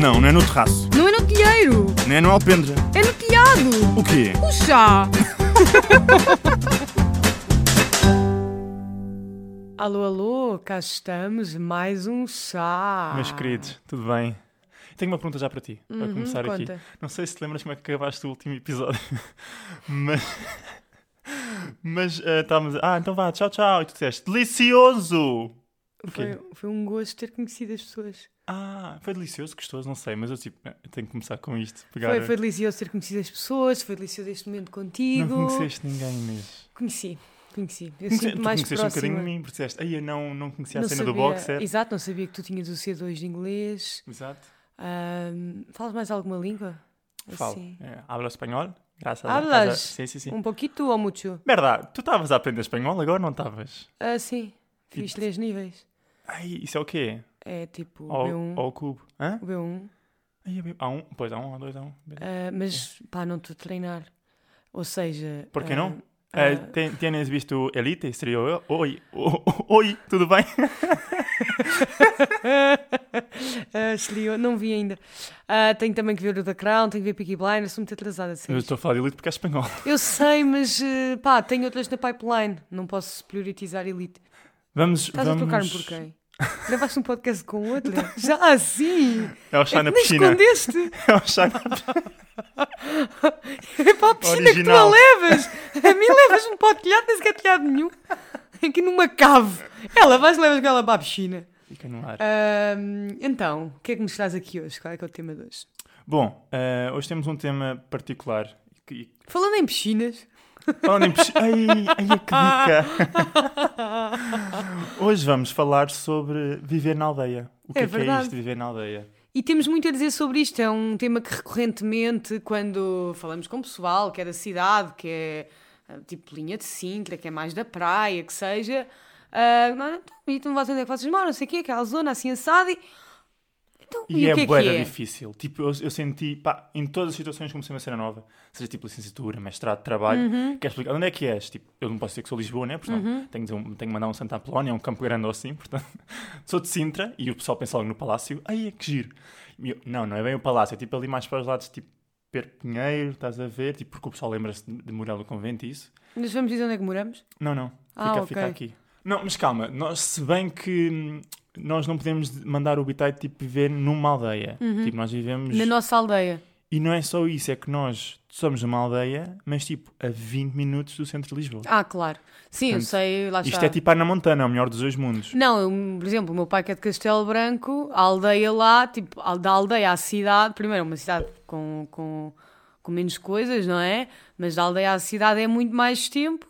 não é no terraço, Não é no telheiro, nem é no alpendre. é no telhado. O quê? O chá. Alô, alô, cá estamos, mais um chá. Meus queridos, tudo bem? Tenho uma pergunta já para ti, para começar Uhum, conta. aqui. Não sei se te lembras como é que acabaste o último episódio, mas. Mas eh, estávamos. Ah, então vá, tchau, tchau. E tu disseste, delicioso! Foi, foi um gosto ter conhecido as pessoas. Ah, foi delicioso, gostoso, não sei, mas eu tipo, eh, tenho que começar com isto. Pegar... Foi, foi delicioso ter conhecido as pessoas, foi delicioso este momento contigo. Não conheceste ninguém mesmo. Conheci, conheci. Eu Conhece- sinto Tu mais conheceste um bocadinho próxima. de mim, porque disseste, aí eu não, não conhecia não a cena sabia, do boxer. Exato, não sabia que tu tinhas o C2 de inglês. Exato. Ahm, falas mais alguma língua? Falo. Assim. Eh, hablo espanhol? Graças a Hablas? Deus. Sim, sim, sim. Um pouquito ou muito? Verdade, tu estavas a aprender espanhol, agora não estavas? Ah, sim, fiz E- três níveis. Ai, isso é o quê? É tipo o Ao, B1, ao cubo. Hã? o B1 Ai, é bem- Há um, pois há um, há dois, há um. Ah, mas pá, não estou a treinar. Ou seja. É. Por que ah, não? ah, Eh, ten- Tienes visto Elite? Seria eu? Oi, o- o- oi, tudo bem? ah, Slio, não vi ainda. Ah, tenho também que ver o The Crown, tenho que ver Peaky Blinders, estou muito atrasada. Eu sério. estou a falar de Elite porque é espanhol. Eu sei, mas eh, pá, tenho outras na pipeline. Não posso prioritizar Elite. Vamos, Estás a vamos... trocar-me por quem? Gravaste um podcast com outra? Já assim? É o chá na Nem piscina. escondeste? É o chá na piscina. É para a piscina Original. que tu a levas. um A mim levas-me para o telhado, nem sequer telhado nenhum. Aqui numa cave. Ela vais levas com ela para a piscina. Fica no ar. Ahm, então, o que é que nos traz aqui hoje? Qual é que é o tema de hoje? Bom, eh, hoje temos um tema particular. Que- Falando em piscinas, Falando em pes- Ai, ai, que dica! Hoje vamos falar sobre viver na aldeia. O que É é, que é verdade. isto, viver na aldeia? e temos muito a dizer sobre isto, é um tema que recorrentemente, quando falamos com o pessoal, que é da cidade, que é ah, tipo linha de Sintra, que é mais da praia, que seja, ah, não, então, e tu não vais onde é que vocês moram, não sei o quê, aquela zona assim assada, e, então, e, E, é o que é bué que da é? difícil. Tipo, eu, eu senti, pá, em todas as situações que comecei uma cena nova, seja tipo licenciatura, mestrado, trabalho, Uhum. quer explicar onde é que és? Tipo, eu não posso dizer que sou de Lisboa, né? Porque não, tenho, de dizer um- tenho que mandar um Santa Apolónia, um Campo Grande ou assim, portanto. sou de Sintra e o pessoal pensa logo no Palácio, ai, é que giro. E eu, não, não é bem o Palácio, é tipo ali mais para os lados, tipo, Perpinheiro, estás a ver? Tipo, porque o pessoal lembra-se de de Morel do Convento e isso. Nós vamos dizer onde é que moramos? Não, não. Fica, Ah, fica ok. aqui. Não, mas calma, nós, se bem que hum, nós não podemos mandar o Bitai tipo, viver numa aldeia. Uhum. Tipo, nós vivemos. Na nossa aldeia. E não é só isso, é que nós somos numa aldeia, mas tipo a 20 minutos do centro de Lisboa. Ah, claro. Sim, eu Portanto, sei, lá está. Isto é tipo na Montana, é o melhor dos dois mundos. Não, eu, por exemplo, o meu pai que é de Castelo Branco, a aldeia lá, tipo, al- da aldeia à cidade, primeiro é uma cidade com, com, com menos coisas, não é? Mas da aldeia à cidade é muito mais tempo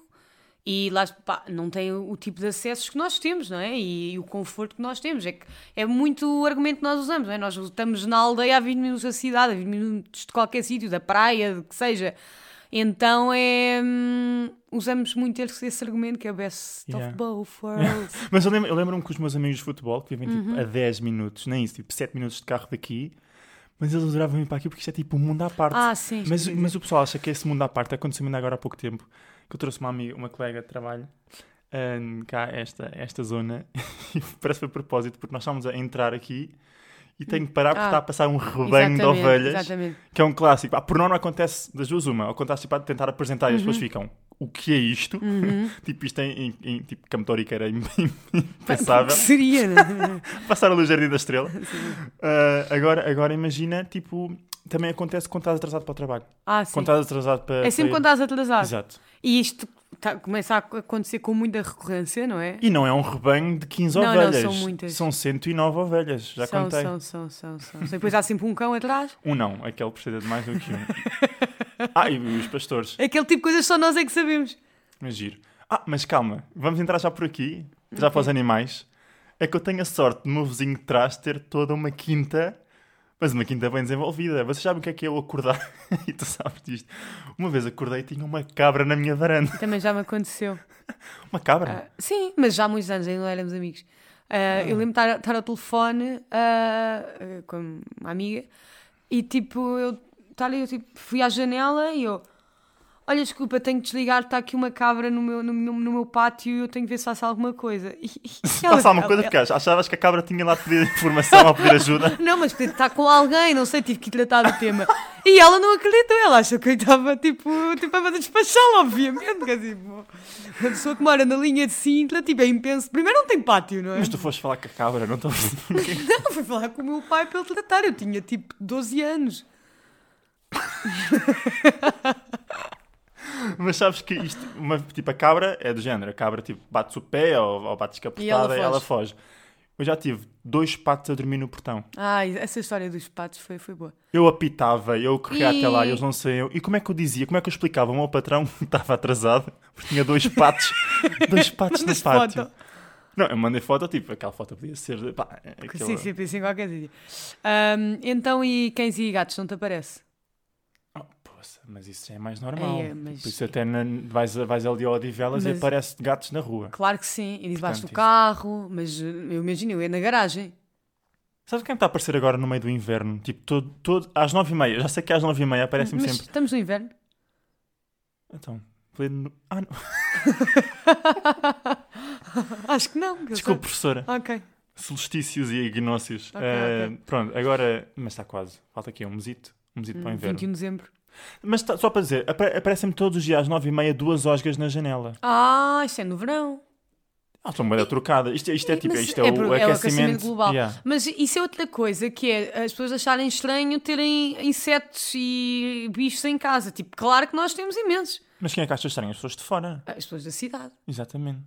e lá pá, não tem o, o tipo de acessos que nós temos, não é? E, e o conforto que nós temos. É, que, é muito o argumento que nós usamos, não é? Nós estamos na aldeia a 20 minutos da cidade, a 20 minutos de qualquer sítio, da praia, do que seja. Então é. hum, usamos muito esse, esse argumento que é best of Yeah. both worlds. Mas eu lembro- eu lembro-me que os meus amigos de futebol, que vivem Uhum. tipo a 10 minutos, nem isso, tipo 7 minutos de carro daqui, mas eles adoravam vir para aqui porque isto é tipo um mundo à parte. Ah, sim. Mas, esqueci. mas o pessoal acha que esse mundo à parte aconteceu ainda agora há pouco tempo. Que eu trouxe uma amiga, uma colega de trabalho ahm, cá a esta, a esta zona e parece que foi a propósito, porque nós estávamos a entrar aqui e tenho que parar porque Ah. está a passar um rebanho de Exatamente, ovelhas, Exatamente. que é um clássico. Ah, por norma acontece das duas uma, ou acontece tipo, a tentar apresentar e as Uhum. pessoas ficam, o que é isto? tipo isto em, em, em tipo, Campo Tórico era im- impensável. Seria, né? Passaram do Jardim da Estrela. Ah, agora, agora imagina, tipo, também acontece quando estás atrasado para o trabalho. Ah, sim. Quando estás atrasado para. É sempre para quando ir- estás atrasado. Exato. E isto tá- começa a acontecer com muita recorrência, não é? E não é um rebanho de 15 Não, não, ovelhas. são muitas. São 109 ovelhas, já são, contei. são, são, são, são. Depois há sempre um cão atrás. Um não, aquele precisa de mais do que um. ah, e os pastores, Aquele tipo de coisas só nós é que sabemos. mas giro. Ah, mas calma, vamos entrar já por aqui, já para os animais. É que eu tenho a sorte do meu vizinho de trás ter toda uma quinta, mas uma quinta bem desenvolvida. Vocês sabem o que é que é eu acordar? e tu sabes disto. Uma vez acordei e tinha uma cabra na minha varanda. Também já me aconteceu. Uma cabra? Ah, sim, mas já há muitos anos ainda não éramos amigos. Ah, Eu lembro de estar- estar ao telefone ah, ah, com tá uma amiga e tipo, eu estar eu tipo, fui à janela e eu. Olha, desculpa, tenho que desligar, está aqui uma cabra no meu, no, meu- no meu pátio e eu tenho que ver se passa alguma coisa. E- e Se Ah, ela- passa alguma coisa, ela- porque é- achavas que a cabra tinha lá pedido informação ou pedir ajuda. Não, mas podia estar com alguém, não sei, tive que tratar do tema. E ela não acreditou, ela achou que eu estava tipo, tipo a despachá-la, obviamente. Quer dizer, pô, uma pessoa que mora na linha de Sintra, tipo, é impenso. Primeiro não tem pátio, não é? Mas tu foste falar com a cabra, não estou a perceber. Não, fui falar com o meu pai para ele tratar, eu tinha tipo 12 anos. Mas sabes que isto, uma, tipo, a cabra é do género. A cabra tipo, bate-se o pé ou, ou bate E escapotada ela e, ela foge. Eu já tive dois patos a dormir no portão. Ai, essa história dos patos foi, foi boa. Eu apitava, eu corria até lá, Ih. eles não saíam. E como é que eu dizia? Como é que eu explicava ao meu patrão que estava atrasado porque tinha dois patos, dois patos no Mandas pátio? foto. Não, eu mandei foto, tipo, aquela foto podia ser. Pá, é aquela... Sim, sim, sim, qualquer dia. Ahm, então, e cães e gatos, não te aparece? Oh, poça, mas isso já é mais normal. É, mas- Por isso até na, vais, a- vais ali ao Odivelas Mas- e aparece gatos na rua. Claro que sim, e Portanto, debaixo do isso- carro, mas eh, eu imagino, eu ia na garagem. Sabe quem é está a aparecer agora no meio do inverno? Tipo, todo, todo, às nove e meia. Já sei que às nove e meia aparece-me Mas sempre. estamos no inverno. Então, pleno... Ah, não. Acho que não. que eu Desculpe, professora. saiba. Ok. Solstícios e ignócios. Ok, Eh, ok. Pronto, agora... Mas está quase. Falta aqui um mesito. Um mesito para o inverno. 21 de dezembro. um. Mas tá- só para dizer, apare- aparecem-me todos os dias às nove e meia duas osgas na janela. Ah, isto é no verão. Ah, são moeda trocada. Isto, é- isto é tipo, Mas isto é, o, pro- aquecimento. é global. Yeah. Mas isso é outra coisa, que é as pessoas acharem estranho terem insetos e bichos em casa. Tipo, claro que nós temos imensos. Mas quem é que acha estranho? As pessoas de fora. As pessoas da cidade. Exatamente.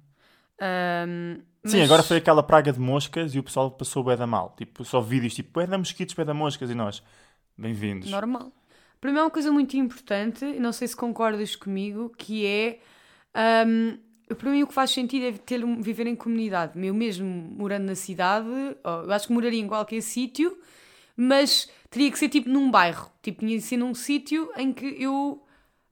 Ahm, Sim, mas- agora foi aquela praga de moscas e o pessoal passou bué da mal. Tipo, só vídeos tipo, bué da mosquitos, bué da moscas e nós, bem-vindos. Normal. Para mim é uma coisa muito importante, e não sei se concordas comigo, que é. hum, para mim o que faz sentido é ter, um- viver em comunidade. Eu mesmo morando na cidade, ou- eu acho que moraria em qualquer sítio, mas teria que ser tipo num bairro. Tipo, tinha de ser num sítio em que eu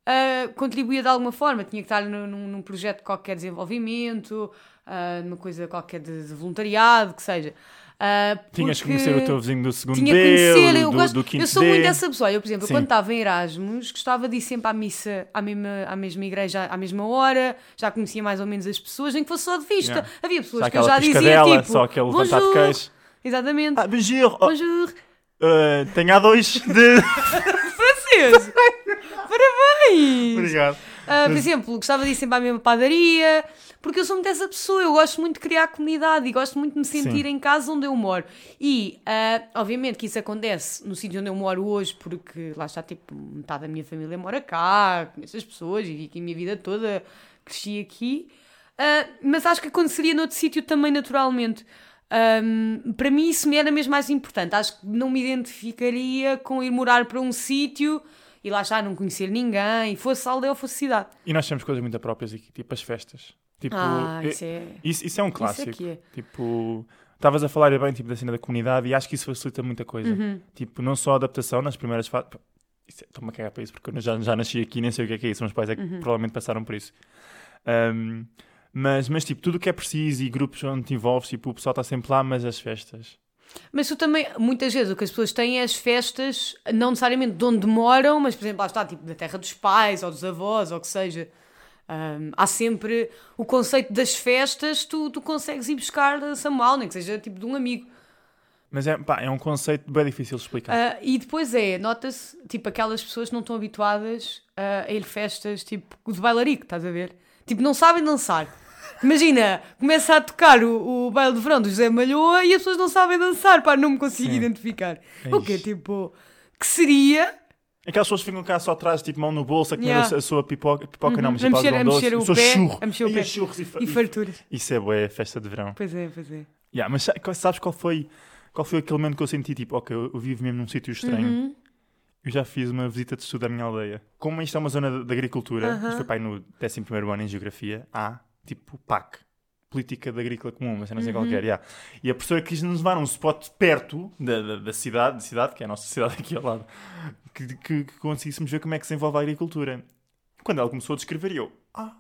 ah, contribuía de alguma forma. Tinha que estar num, num- num projeto de qualquer desenvolvimento, ah, numa coisa qualquer de, de voluntariado, que seja. Ah, Tinhas que porque- conhecer o teu vizinho do segundo tinha que D, conhecer, eu do, gosto. do quinto eu sou D. muito dessa pessoa. Eu, por exemplo, Sim. quando estava em Erasmus, gostava de ir sempre à missa, à mesma, à mesma igreja, à mesma hora, já conhecia mais ou menos as pessoas, nem que fosse só de vista. Yeah. Havia pessoas Só que eu aquela já dizia piscadela, tipo. só aquele levantar de "Bonjour." queixo. Exatamente. Ah, bonjour! Oh, Bonjour. eh, tenho A2 de... Francês. Parabéns. Obrigado. Ah, por exemplo, gostava de ir sempre à mesma padaria, porque eu sou muito essa pessoa, eu gosto muito de criar comunidade e gosto muito de me sentir Sim. em casa onde eu moro. E, ah, obviamente, que isso acontece no sítio onde eu moro hoje, porque lá está, tipo, metade da minha família mora cá, conheço as pessoas e vivi aqui a minha vida toda, cresci aqui. Ah, mas acho que aconteceria noutro sítio também, naturalmente. Ahm, para mim, isso me era mesmo mais importante. Acho que não me identificaria com ir morar para um sítio e lá está, não conhecer ninguém, fosse aldeia ou fosse cidade. E nós temos coisas muito próprias aqui, tipo as festas. Tipo, Ah, eh, isso é. Isso, isso é um clássico. que é. Tipo, estavas a falar bem tipo, da cena da comunidade e acho que isso facilita muita coisa. Uhum. Tipo, não só a adaptação nas primeiras fases. Estou-me a cagar para isso porque eu já, já nasci aqui nem sei o que é que é isso. Meus pais é que Uhum. provavelmente passaram por isso. Ahm, mas, mas, tipo, tudo o que é preciso e grupos onde te envolves, tipo, o pessoal está sempre lá, mas as festas. Mas tu também, muitas vezes, o que as pessoas têm é as festas, não necessariamente de onde moram, mas, por exemplo, lá está, tipo, da terra dos pais ou dos avós, ou o que seja. Ahm, há sempre o conceito das festas, tu, tu consegues ir buscar essa mal, nem que seja tipo de um amigo. Mas é, pá, é um conceito bem difícil de explicar. Ah, e depois é, nota-se, tipo, aquelas pessoas que não estão habituadas ah, a ir festas, tipo, de bailarico, estás a ver? Tipo, não sabem dançar. Imagina, começa a tocar o, o baile de verão do José Malhoa e as pessoas não sabem dançar, pá, não me consigo Sim. identificar. É o quê? isso. Tipo, que seria Aquelas pessoas que ficam cá só atrás, tipo, mão no bolso, a comer Yeah. Uhum. a, a sua pipoca, pipoca não, mas A tipo, mexer- algodão a doce, mexer o o seu pé, churro. a mexer o E pé. churros e fa- e e- farturas? Isso é bué, festa de verão. Pois é, pois é. Yeah, mas sa- sabes qual foi, qual foi aquele momento que eu senti tipo, ok, eu eu vivo mesmo num sítio estranho. Eu já fiz uma visita de estudo à minha aldeia. Como isto é uma zona de, de agricultura, isto foi pai no 11 ano em Geografia, há tipo PAC, Política de Agrícola Comum, mas não sei qualquer. yeah. E a professora quis nos levar a um spot perto da, da, da cidade, da cidade, que é a nossa cidade aqui ao lado, que, que, que conseguíssemos ver como é que se envolve a agricultura. Quando ela começou a descrever, eu, ah,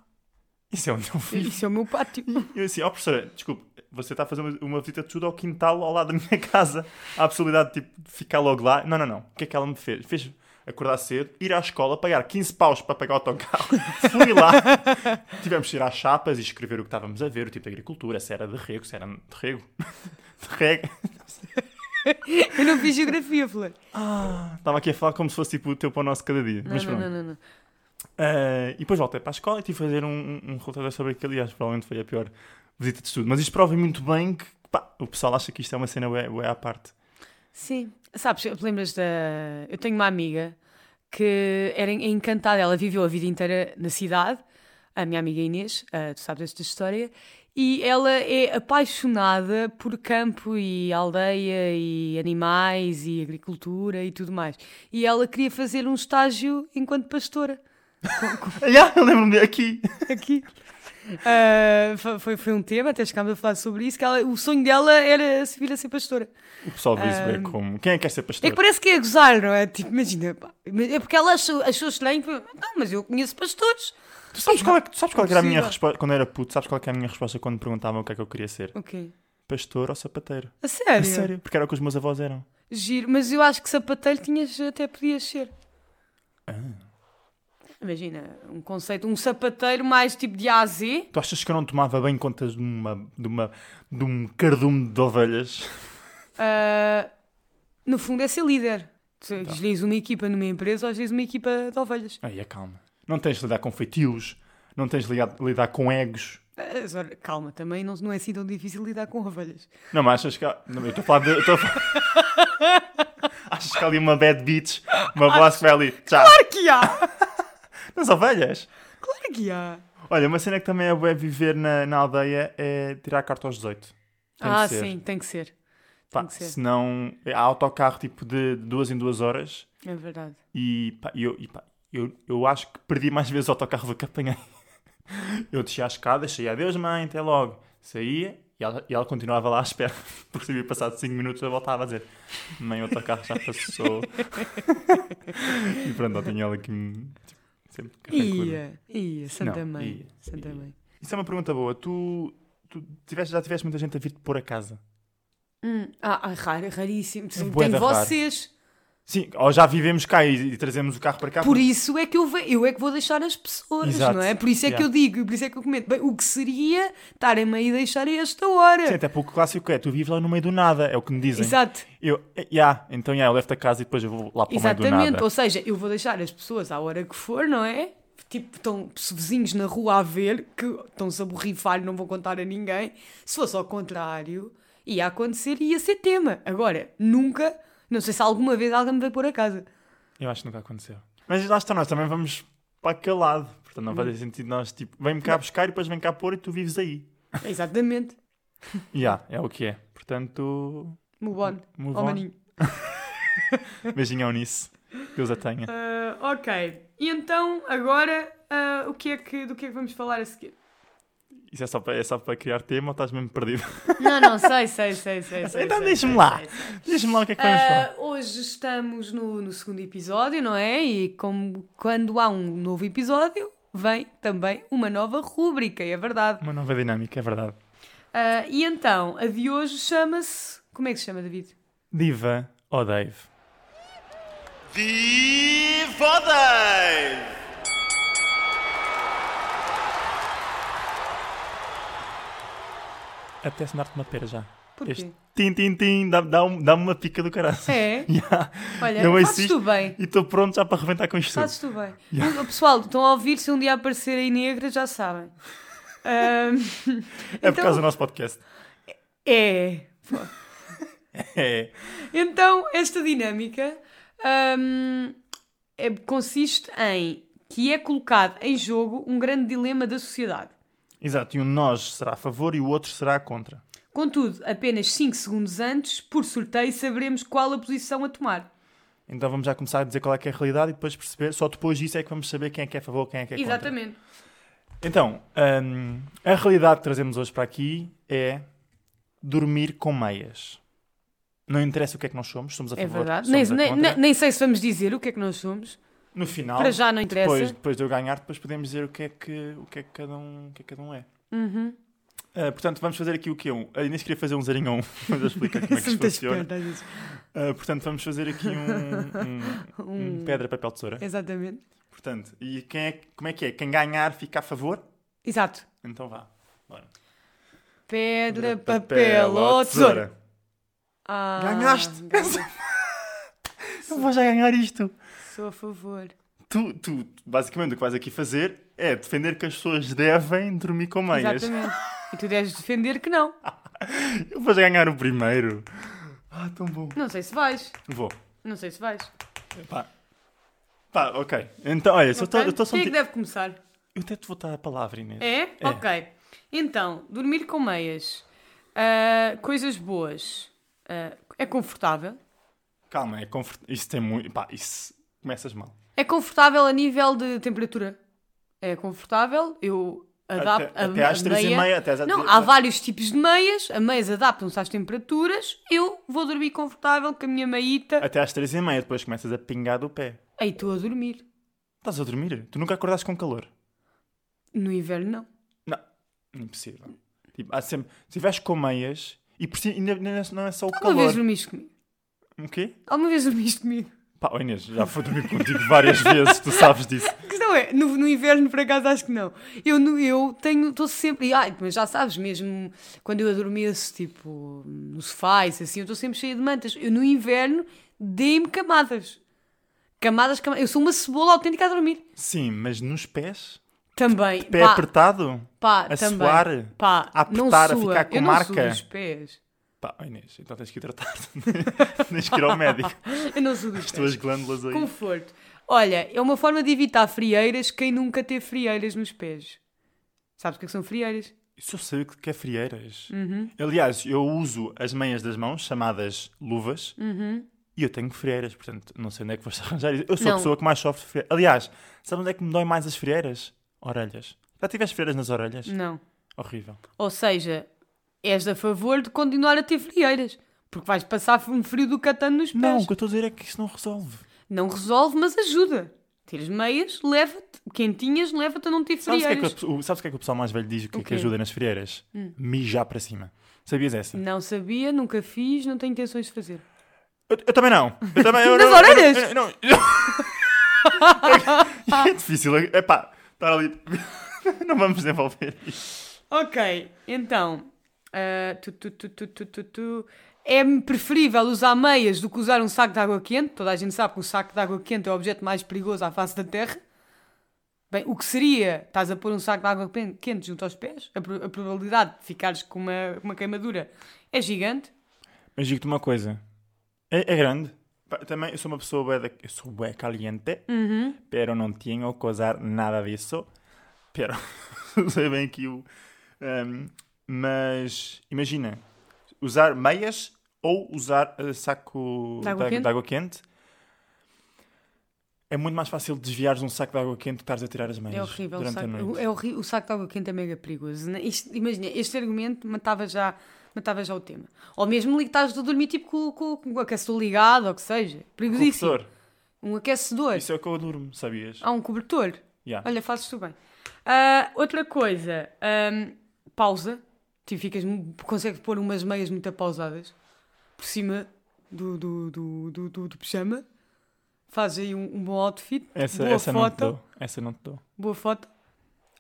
isso é onde eu vivo. Isso é o meu pátio. E eu assim, ó professora, desculpe, você está a fazer uma, uma visita de estudo ao quintal ao lado da minha casa. Há a possibilidade tipo, de ficar logo lá. Não, não, não. O que é que ela me fez? Fez acordar cedo, ir à escola, pagar 15 paus para pagar o autocarro. Fui lá, tivemos que ir às chapas e escrever o que estávamos a ver, o tipo de agricultura, se era de rego, se era de rego. De rego. Eu não fiz geografia, Flor. Estava aqui a falar como se fosse tipo o teu pão nosso cada dia. Ah. Não, mas não, pronto. não, não, não. Ah, e depois voltei para a escola e tive a fazer um, um- um relatório sobre aquilo. Aliás, provavelmente foi a pior visita de estudo. Mas isto prova muito bem que pá, o pessoal acha que isto é uma cena bué, bué à parte. Sim. Sabes, eu- lembras da. Eu tenho uma amiga que era en- encantada, ela viveu a vida inteira na cidade, a minha amiga Inês, ah, tu sabes esta história, e ela é apaixonada por campo e aldeia e animais e agricultura e tudo mais. E ela queria fazer um estágio enquanto pastora. Ah, eu lembro-me aqui. aqui. Ah, fa- foi, foi um tema, até chegámos a falar sobre isso, que ela- o sonho dela era se vir a ser pastora. O pessoal vê isso bué como. Quem é que quer ser pastor? É que parece que é gozar, não é? Tipo, imagina, pá, mas é porque ela achou, achou estranho, foi, não, mas eu conheço pastores. Tu sabes qual, é, que- tu sabes qual é que era a minha Impossível. resposta quando era puto? Sabes qual é que era a minha resposta quando me perguntavam o que é que eu queria ser? O quê? Pastor ou sapateiro? A sério? A sério? Porque era o que os meus avós eram. Giro, mas eu acho que sapateiro tinhas, até podias ser. Ah. Imagina, um conceito, um sapateiro mais tipo de A a Z. Tu achas que eu não tomava bem contas de uma, de uma de um cardume de ovelhas? Ah, no fundo é ser líder. Tu Tá. Geris uma equipa numa empresa ou geris uma equipa de ovelhas. Aí, é calma. Não tens de lidar com feitios, não tens de ligar- lidar com egos. Ah, Zora, Calma, também não, não é assim tão difícil lidar com ovelhas. Não, mas achas que há... Não, eu estou a falar de... eu estou a falar- achas que há ali uma bad bitch, uma boss que vai ali... Tchau. Claro que há! Nas ovelhas. Claro que há! Olha, uma cena que também é bué viver na, na aldeia é tirar a carta aos 18. Tem ah, que ser. sim, tem que ser. Pá, que ser. senão há autocarro tipo de duas em duas horas É verdade. e, pá, eu, e, pá, eu, eu acho que perdi mais vezes o autocarro do que apanhei. Eu descia a escada, cheia adeus mãe, até logo. Saía e ela, e ela continuava lá à espera, porque sabia passado 5 minutos eu voltava a dizer mãe, o autocarro já passou. e pronto, eu tinha ela que me. tipo, sempre carrancuda. Ia, ia, Santa Não, Mãe. ia, Santa ia. Mãe. Isso é uma pergunta boa. Tu, tu tiveste- já tiveste muita gente a vir-te pôr a casa? Hum, Ah, ah, raro, raríssimo. É bué da Tenho raro. vocês. Sim, ou já vivemos cá e, e trazemos o carro para cá. Por isso é que eu, ve- eu é que vou deixar as pessoas, Exato. não é? Por isso é que Yeah. eu digo, e por isso é que eu comento. Bem, o que seria estarem-me aí a deixar a esta Sim, hora? até pouco clássico é, tu vives lá no meio do nada, é o que me dizem. Exato, Eu, eh, yeah, então yeah, eu levo-te a casa e depois eu vou lá para o meio do exatamente. nada. Ou seja, eu vou deixar as pessoas à hora que for, não é? Tipo, estão se vizinhos na rua a ver que estão-se a borrifar e não vão contar a ninguém. Se fosse ao contrário, ia acontecer e ia ser tema. Agora, nunca, não sei se alguma vez alguém me vai pôr a casa. Eu acho que nunca aconteceu. Mas lá está, nós também vamos para aquele lado. Portanto, não Hum. faz sentido nós, tipo, vem-me cá buscar e depois vem cá pôr e tu vives aí. Exatamente. Yeah, é o que é. Portanto, Move on. Move Ó, on. Oh, maninho. beijinho ao Nice. Deus a tenha. Ah, ok. E então, agora, ah, o que é que, do que é que vamos falar a seguir? Isso é só para, é só para criar tema ou estás mesmo perdido? Não, não, sei, sei, sei, sei. sei, Então sei, diz-me sei, lá. sei, sei. Diz-me lá o que é que vamos falar. Ah, hoje estamos no, no segundo episódio, não é? E como quando há um novo episódio, vem também uma nova rúbrica, é verdade. Uma nova dinâmica, é verdade. Ah, e então, a de hoje chama-se. Como é que se chama, David? Diva ou Dave? Viva Dave! Apetece-me dar-te uma pera já. Porquê? Tim, tim, tim, dá- dá um- dá-me uma pica do caralho. É? Yeah. Olha, Eu fazes assisto- tu bem. E estou pronto já para arrebentar com isto. tudo. Fazes tu bem. Mas, Pessoal, estão a ouvir, se um dia aparecer aí negra, já sabem. Ahm, É por então- causa do nosso podcast. É. É. Então, esta dinâmica ahm, é- consiste em que é colocado em jogo um grande dilema da sociedade. Exato, e um nós será a favor e o outro será a contra. Contudo, apenas 5 segundos antes, por sorteio, saberemos qual a posição a tomar. Então vamos já começar a dizer qual é que é a realidade e depois perceber, só depois disso é que vamos saber quem é que é a favor quem é que é contra. Exatamente. Então, hum, a realidade que trazemos hoje para aqui é dormir com meias. Não interessa o que é que nós somos, somos a É favor, verdade. Nem, somos a nem- contra. nem sei se vamos dizer o que é que nós somos. No final, Para já não interessa. Uhum. depois, depois de eu ganhar, depois podemos dizer o que é que, o que, é que, cada, um, o que é que cada um é. Ah, portanto, vamos fazer aqui o quê? Um, a Inês queria fazer um zerinho a um, mas eu explico como é que Sou isto muito funciona. esperta às vezes. Ah, portanto, vamos fazer aqui um, um- um pedra, papel, tesoura. Exatamente. Portanto, e quem é, como é que é? Quem ganhar fica a favor? Exato. Então vá. Bora. Pedra, papel ou tesoura. Ah, Ganhaste! Eu vou já ganhar isto. Sou a favor. Tu, tu, basicamente, o que vais aqui fazer é defender que as pessoas devem dormir com meias. Exatamente. E tu deves defender que não. Eu vou já ganhar o primeiro. Ah, tão bom. Não sei se vais. Vou. Não sei se vais. Pá. Pá, ok. Então, olha, se eu tô- eu Ok? estou só. Quem é que Eu deve começar? até te vou dar a palavra, Inês. É? Ok. Então, dormir com meias. Ah, coisas boas. Ah, é confortável. Calma, é confortável. Isso tem muito. Pá, isso. Começas mal. É confortável a nível de temperatura. É confortável. Eu adapto Até- a- até às a três e meia, até às- Não, há vários tipos de meias. A meias adaptam-se às temperaturas. Eu vou dormir confortável com a minha meita. Até às três e meia, depois começas a pingar do pé. Aí estou a dormir. Estás a dormir? Tu nunca acordaste com calor. No inverno, não. Não, impossível. Tipo, há sempre... Se tiveres com meias, e por si, ainda ainda não é- não é só o Alguma vez calor. dormiste comigo? O quê? Alguma vez dormiste comigo? Pá, oh Inês, já fui dormir contigo várias vezes, tu sabes disso. A questão é, no, no inverno por acaso acho que não. Eu, no- eu tenho, estou sempre. Ai, mas já sabes, mesmo quando eu adormeço, tipo, no sofá, isso assim, eu estou sempre cheia de mantas. Eu no inverno dei-me camadas. Camadas, camadas. Eu sou uma cebola autêntica a dormir. Sim, mas nos pés? Também. Pé pá, apertado? pá, a também. suar? Pá, A apertar, não a sua. ficar com eu Não marca? suo dos pés. Pá, oh Inês, então tens que ir tratar-te. tens que ir ao médico. Eu não sou dos As pés. tuas glândulas aí. Conforto. Olha, é uma forma de evitar frieiras quem nunca teve frieiras nos pés. Sabes o que é que são frieiras? Isso eu sei o que é frieiras. Uhum. Aliás, eu uso as meias das mãos, chamadas luvas, e eu tenho frieiras, portanto, não sei onde é que vais arranjar isso. Eu sou a Uhum. Não. pessoa que mais sofre de frieiras. Aliás, sabes onde é que me dói mais as frieiras? Orelhas. Já tiveste frieiras nas orelhas? Não. Horrível. Ou seja, és a favor de continuar a ter frieiras. Porque vais passar um frio do catano nos pés. Não, o que eu estou a dizer é que isso não resolve. Não resolve, mas ajuda. Tires meias, leva-te. Quentinhas, leva-te a não ter Sabes o, que é frieiras. que o- o- sabes o que é que o pessoal mais velho diz o que, é O que quê? Hum. ajuda nas frieiras? Mijar para cima. Sabias essa? Não sabia, nunca fiz, não tenho intenções de fazer. Eu, eu também não. Eu também, eu Nas não- eu não- orelhas? eu não- eu- é difícil. É pá, estar ali. não vamos desenvolver isto. Ok, então. ah, tu, tu, tu, tu, tu, tu, tu. É preferível usar meias do que usar um saco de água quente. Toda a gente sabe que um saco de água quente é o objeto mais perigoso à face da Terra. Bem, o que seria? Estás a pôr um saco de água pen- quente junto aos pés? A, pro- a probabilidade de ficares com uma, com uma queimadura é gigante. Mas digo-te uma coisa: é, é grande. Pá, Também eu sou uma pessoa bué da- eu sou bué caliente, Uhum. pero não tenho que usar nada disso. Pero, sei bem que o. ehm, mas imagina, usar meias ou usar eh, saco De água quente? de água quente. É muito mais fácil desviares um saco de água quente que estares a tirar as meias É horrível. O durante a saco, noite. o- é horrível. O saco de água quente é mega perigoso. né? Isto- imagina, este argumento matava já, matava já o tema. Ou mesmo li- estás a dormir tipo com, com, com o aquecedor ligado, ou o que seja. Perigosíssimo. Professor, Um aquecedor. isso é o que eu durmo, sabias? Há um cobertor. Yeah. Olha, fazes tu bem. Ah, outra coisa. ahm, pausa. Tu ficas, mu- consegues pôr umas meias muito pausadas por cima do, do, do, do, do- do pijama. Fazes aí um, um bom outfit. Essa, boa essa é não te foto. dou. Essa não te dou. Boa foto.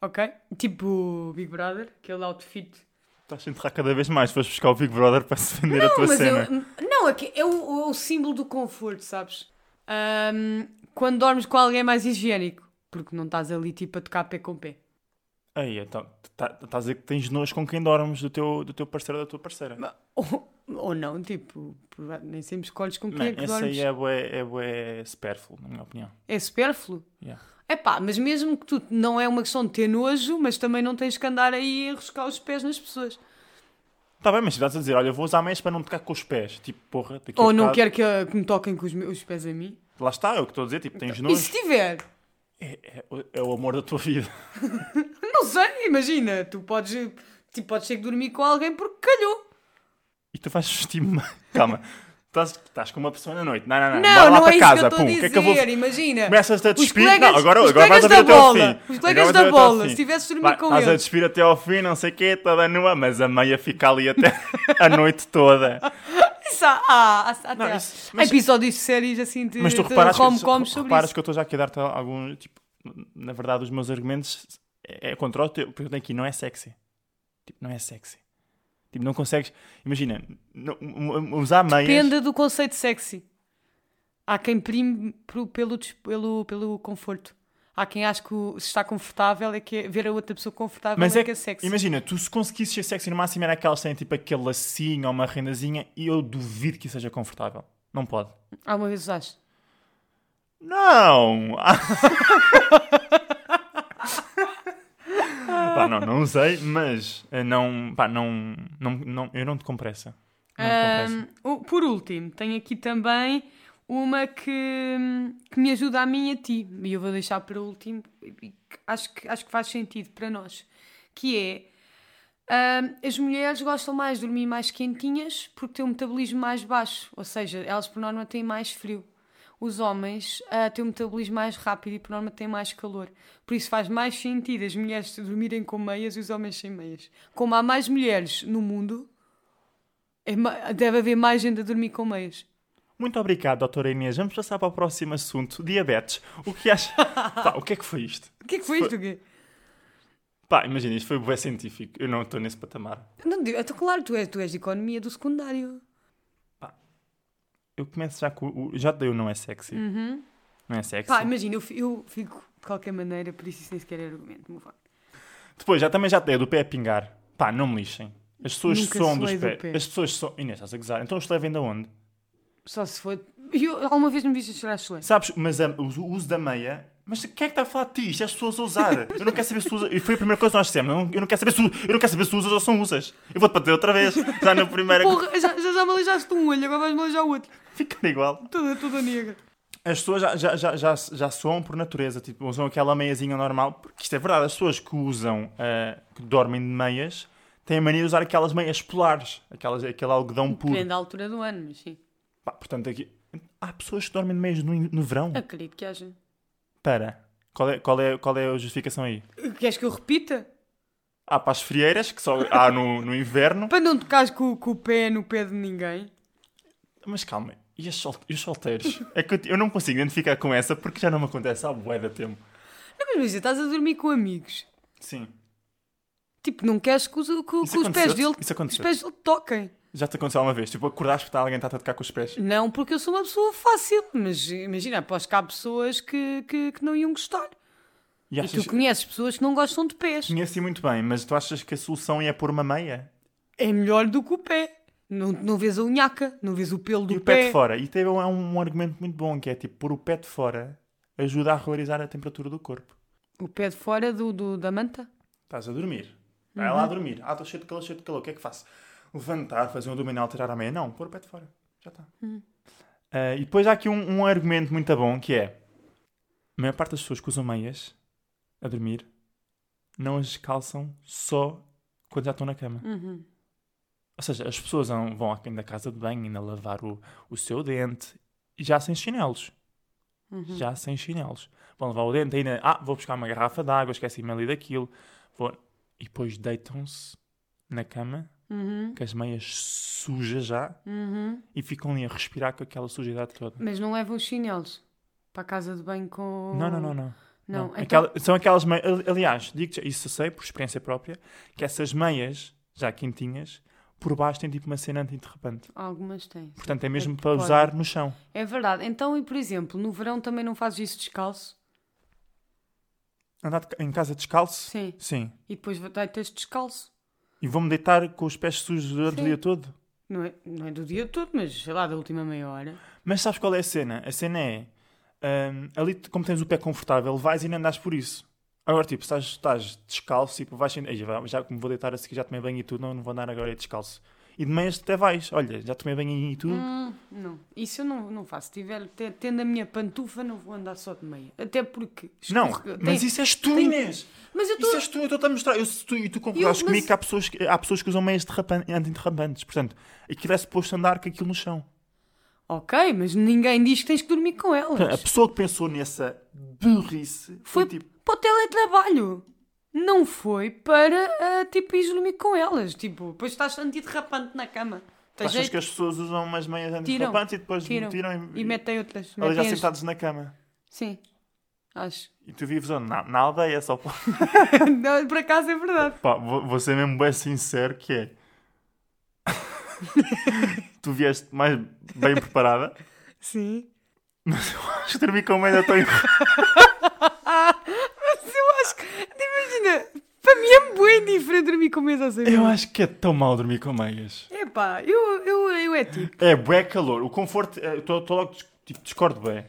Ok. Tipo Big Brother, aquele outfit. Estás a enterrar cada vez mais. Foste buscar o Big Brother para se vender a tua mas cena. eu, não, é, que é o, é o símbolo do conforto, sabes? Ahm, quando dormes com alguém é mais higiênico, porque não estás ali tipo a tocar pé com pé. Aí, então, tá- tá- estás a dizer que tens nojo com quem dormes, do teu, do teu parceiro ou da tua parceira. Mano, Ou, ou não, tipo, por- nem sempre escolhes com quem é que esse dormes. aí É... é bué, é bué supérfluo, na minha opinião. supérfluo. Yeah. É pá, mas mesmo que tu não é uma questão de ter nojo, mas também não tens que andar aí a enroscar os pés nas pessoas. Tá bem, mas estás a dizer, olha, vou usar meias para não tocar com os pés. Tipo, porra, daqui a Ou não bocado- quero que, ah, que me toquem com os, meus, os pés a mim. Lá está, é o que estou a dizer, tipo, tens E nojo. se tiver? É, o- é o amor da tua vida. Não sei, imagina, tu podes, tipo, podes ter que dormir com alguém porque calhou. E tu vais vestir me Calma. Estás, estás com uma pessoa na noite. Não, não, não. Não, Bora Ah, lá não para é isso casa. que eu Pum, o estou a que dizer. é que eu vou. Imagina. Começas-te a Os despir. colegas- não, agora, os agora vais colegas a da ver até ao bola. fim. Os Agora colegas vais da a ver até ao bola. fim. Se tivesse dormido Vai, com Estás a eles. despir até ao fim, não sei o quê, toda nua, mas a meia fica ali até a noite toda. Isso, há- há- há- ah, até Não, há. isso- mas- Há episódios de séries assim de, Mas tu de reparas, rom-coms que, sobre reparas isso. que eu estou já aqui a dar-te algum. Tipo, na verdade, os meus argumentos é, é contra o teu. Porque eu tenho aqui, não é sexy. Tipo, não é sexy. Tipo, não consegues. Imagina, não- um- um- usar meias. Depende do conceito de sexy. Há quem prime pro- pelo, des- pelo, pelo conforto. Há quem acha que o- se está confortável é que é- ver a outra pessoa confortável Mas é, é que é que, sexy. imagina, tu se conseguisses ser sexy no máximo era aquelas que têm tipo aquele lacinho ou uma rendazinha e eu duvido que isso seja confortável. Não pode. Alguma vez usaste? Não! pá, não, não usei, mas eh, não, pá, não, não, não, eu não te compressa. Não te compressa. Ahm, o- por último, tenho aqui também uma que, que me ajuda a mim e a ti. E eu vou deixar para o último. e que Acho que, acho que faz sentido para nós. Que é... ahm, as mulheres gostam mais de dormir mais quentinhas porque têm um metabolismo mais baixo. Ou seja, elas por norma têm mais frio. Os homens ah, têm um metabolismo mais rápido e por norma têm mais calor. Por isso faz mais sentido as mulheres dormirem com meias e os homens sem meias. Como há mais mulheres no mundo, é ma- deve haver mais gente a dormir com meias. Muito obrigado, doutora Inês. Vamos passar para o próximo assunto: diabetes. O que acha? Pá, o que é que foi isto? O que é que foi isto? Gui? Pá, imagina, isto foi bué científico. Eu não estou nesse patamar. Não, digo- então, claro, tu és, tu és de economia do secundário. Eu começo já com. o- Já dei o não é sexy. Não é sexy. Uhum. Pá, imagina, eu, fi- eu fico de qualquer maneira, por isso isso nem sequer é argumento. move on. Depois, já também já te dei do pé a pingar. Pá, não me lixem. As pessoas Nunca são se dos lê do pés. pé. As pessoas são. Inês, estás a gozar. Então os levem de onde? Só se for. Eu, alguma vez me viste a chorar chulé. Sabes, mas a- o o uso da meia. Mas quem é que está a falar de ti? Isto é as pessoas a usar. Eu não quero saber se tu usas. E foi a primeira coisa que nós dissemos. Eu não, eu não quero saber se, tu- eu não quero saber se tu usas ou são usas. Eu vou-te bater outra vez. Já na primeira. Porra, já, já, já me aleijaste um olho, agora vais-me aleijar o outro. Ficando igual. Toda, toda negra. As pessoas já, já, já, já, já soam por natureza. Tipo, usam aquela meiazinha normal. Porque isto é verdade. As pessoas que usam. ah, que dormem de meias. têm a mania de usar aquelas meias polares. Aquelas, aquele algodão puro. Depende da altura do ano, mas sim. Pá, portanto, aqui... Há pessoas que dormem de meias no, no verão. Acredito que haja. Espera. Qual é, qual, é, qual é a justificação aí? Eh, Queres que eu repita? Há para as frieiras, que só há no, no inverno. Para não tocares com, com o pé no pé de ninguém. Mas calma, e, as sol- e os solteiros? É que eu, te- eu não consigo identificar com essa porque já não me acontece há bué de tempo. Não, mas imagina, estás a dormir com amigos. Sim. Tipo, não queres que os, que- que os pés aconteceu-te? dele, Isso os aconteceu-te? pés dele toquem. Já te aconteceu uma vez? Tipo, acordaste para alguém estar a tocar com os pés. Não, porque eu sou uma pessoa fácil, mas imagina, aposto que há pessoas que, que, que não iam gostar. E E tu achas... conheces pessoas que não gostam de pés. Conheci muito bem, mas tu achas que a solução é pôr uma meia? É melhor do que o pé. Não, não vês a unhaca, não vês o pelo do E o pé pé. de fora. E teve um, é um argumento muito bom, que é tipo, pôr o pé de fora ajuda a regularizar a temperatura do corpo. O pé de fora do, do- da manta. Estás a dormir. Vai lá dormir. Ah, estou cheio de calor, cheio de calor. O que é que faço? Levantar, fazer um abdominal, tirar a meia. Não, pôr o pé de fora. Já está. Ah, e depois há aqui um, um argumento muito bom que é a maior parte das pessoas que usam meias a dormir não as calçam só quando já estão na cama. Ou seja, as pessoas vão vão aquém da casa de banho ainda lavar o, o seu dente e já sem chinelos. Já sem chinelos. Vão lavar o dente ainda. Ah, vou buscar uma garrafa de água, esqueci-me ali daquilo. Vou... E depois deitam-se na cama Hum. com as meias sujas já Uhum. e ficam ali a respirar com aquela sujidade toda. Mas não levam os chinelos para a casa de banho com. Não, não, não, não. Não, Não, então- aquela- são aquelas meias. Aliás, digo-te, isso eu sei por experiência própria, que essas meias, já quentinhas, por baixo têm tipo uma cena antiderrapante. Algumas têm. sim. Portanto, é mesmo que para podem. usar no chão. É verdade. Então, e por exemplo, no verão também não fazes isso descalço? Andar de ca- em casa descalço? Sim. Sim. E depois deitas descalço? E vou-me deitar com os pés sujos durante Sim. o dia todo? Não é, não é do dia todo, mas sei lá, da última meia hora. Mas sabes qual é a cena? A cena é. hum, ali, como tens o pé confortável, vais e não andas por isso. Agora, tipo, estás, estás descalço, tipo, vais. sem- Ei, já, já como vou deitar a seguir, já tomei banho e tudo, não, não vou andar agora descalço. E de meias até vais. Olha, já tomei banho e tudo. Hum, Não, isso eu não, não faço. Tiver, te- tendo a minha pantufa, não vou andar só de meia. Até porque. não, escorrega- mas tem- isso és tu, tem- Inês! Mas eu tô- Isso é- és tu, eu estou-te a mostrar. Eu, se tu, e tu concordas Eu- mas- comigo que há pessoas, que há pessoas que usam meias derrapan- antiderrapantes. Portanto, aquilo é suposto andar com aquilo no chão. Ok, mas ninguém diz que tens que dormir com Então, A elas. pessoa que pensou nessa burrice foi, Foi tipo. para o teletrabalho. Não foi para, ah, tipo, ir dormir com elas. Tipo, depois estás antiderrapante na cama. Achas Tens jeito? que as pessoas usam umas meias Tiram, antiderrapantes e depois tiram, tiram, e, E metem outras. ali Metem já as- sentados na cama. Sim, acho. E tu vives onde? Na, na aldeia só. pá. Não, por acaso é verdade. Pá, vou, vou ser mesmo bem sincero que é. tu vieste mais bem preparada. Sim. Acho que dormi com medo tão Mas eu acho que. Imagina, para mim é bem diferente dormir com mesa ou sem Eu acho que é tão mal dormir com meias. Epá, eu, eu, eu é tipo. É bué calor. O conforto, é, estou logo dis- tipo, discordo bem.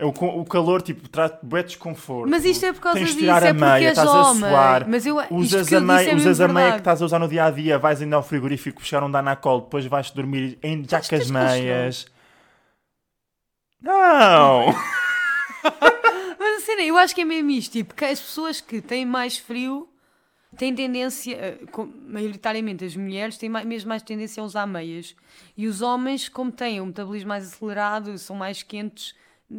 É o, co- o calor, tipo, traz bué desconforto. Mas isto é por causa Tens de disso, tirar é a porque meia, és estás a homem. suar. Mas eu- usas isto que a eu disse meia, é mesmo usas a meia que verdade. estás a usar no dia a dia, vais ainda ao frigorífico puxar um danacol, depois vais dormir em já com as tens meias. é Não! Mas a cena, eu acho que é mesmo isto, tipo, que as pessoas que têm mais frio têm tendência, eh, com- maioritariamente as mulheres, têm mais, mesmo mais tendência a usar meias. E os homens, como têm um metabolismo mais acelerado, são mais quentes,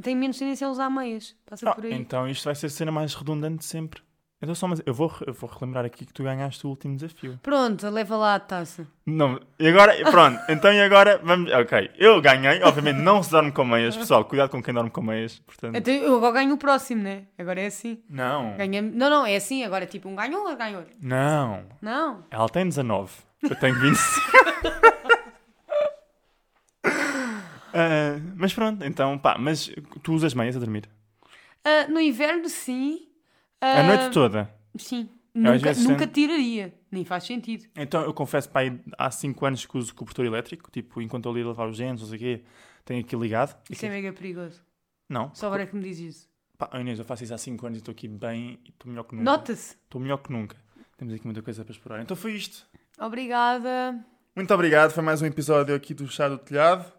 têm menos tendência a usar meias. Passa Ah, por aí. então isto vai ser a cena mais redundante de sempre. Eu, dou só uma- eu, vou, re- eu vou relembrar aqui que tu ganhaste o último desafio. Pronto, leva lá a taça. Não, e agora, pronto, então e agora vamos. Ok, eu ganhei, obviamente não se dorme com meias, pessoal, cuidado com quem dorme com meias, portanto. Então, eu agora ganho o próximo, né? Agora é assim. Não, Ganhamos... Não, não, é assim, agora é tipo um ganhou, outro ganhou. outro. não. Não. Ela tem 19, eu tenho 25. Ah, mas pronto, então pá, mas tu usas meias a dormir? Ah, no inverno, sim. A Ah, noite toda. Sim. Nunca, vezes nunca sento- tiraria. Nem faz sentido. Então eu confesso, pá, aí há 5 anos que uso cobertor elétrico, tipo, enquanto eu ali a lavar os dentes, não sei o quê, tenho aqui ligado. Isso é mega perigoso. Não, Só agora é que me diz isso. pá, Inês, eu faço isso há 5 anos e estou aqui bem e estou melhor que nunca. Nota-se. Estou melhor que nunca. Temos aqui muita coisa para explorar. Então foi isto. Obrigada. Muito obrigado. Foi mais um episódio aqui do Chá do Telhado.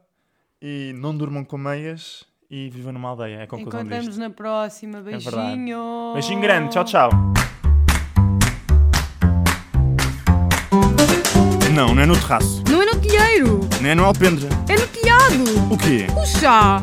E não durmam com meias e vivam numa aldeia. É a conclusão Encontramos disto. na próxima. É verdade. Beijinho. Beijinho grande. Tchau, tchau. Não, não é no terraço. é Não é no telheiro, Nem é no alpendre. é no telhado. O quê? O chá.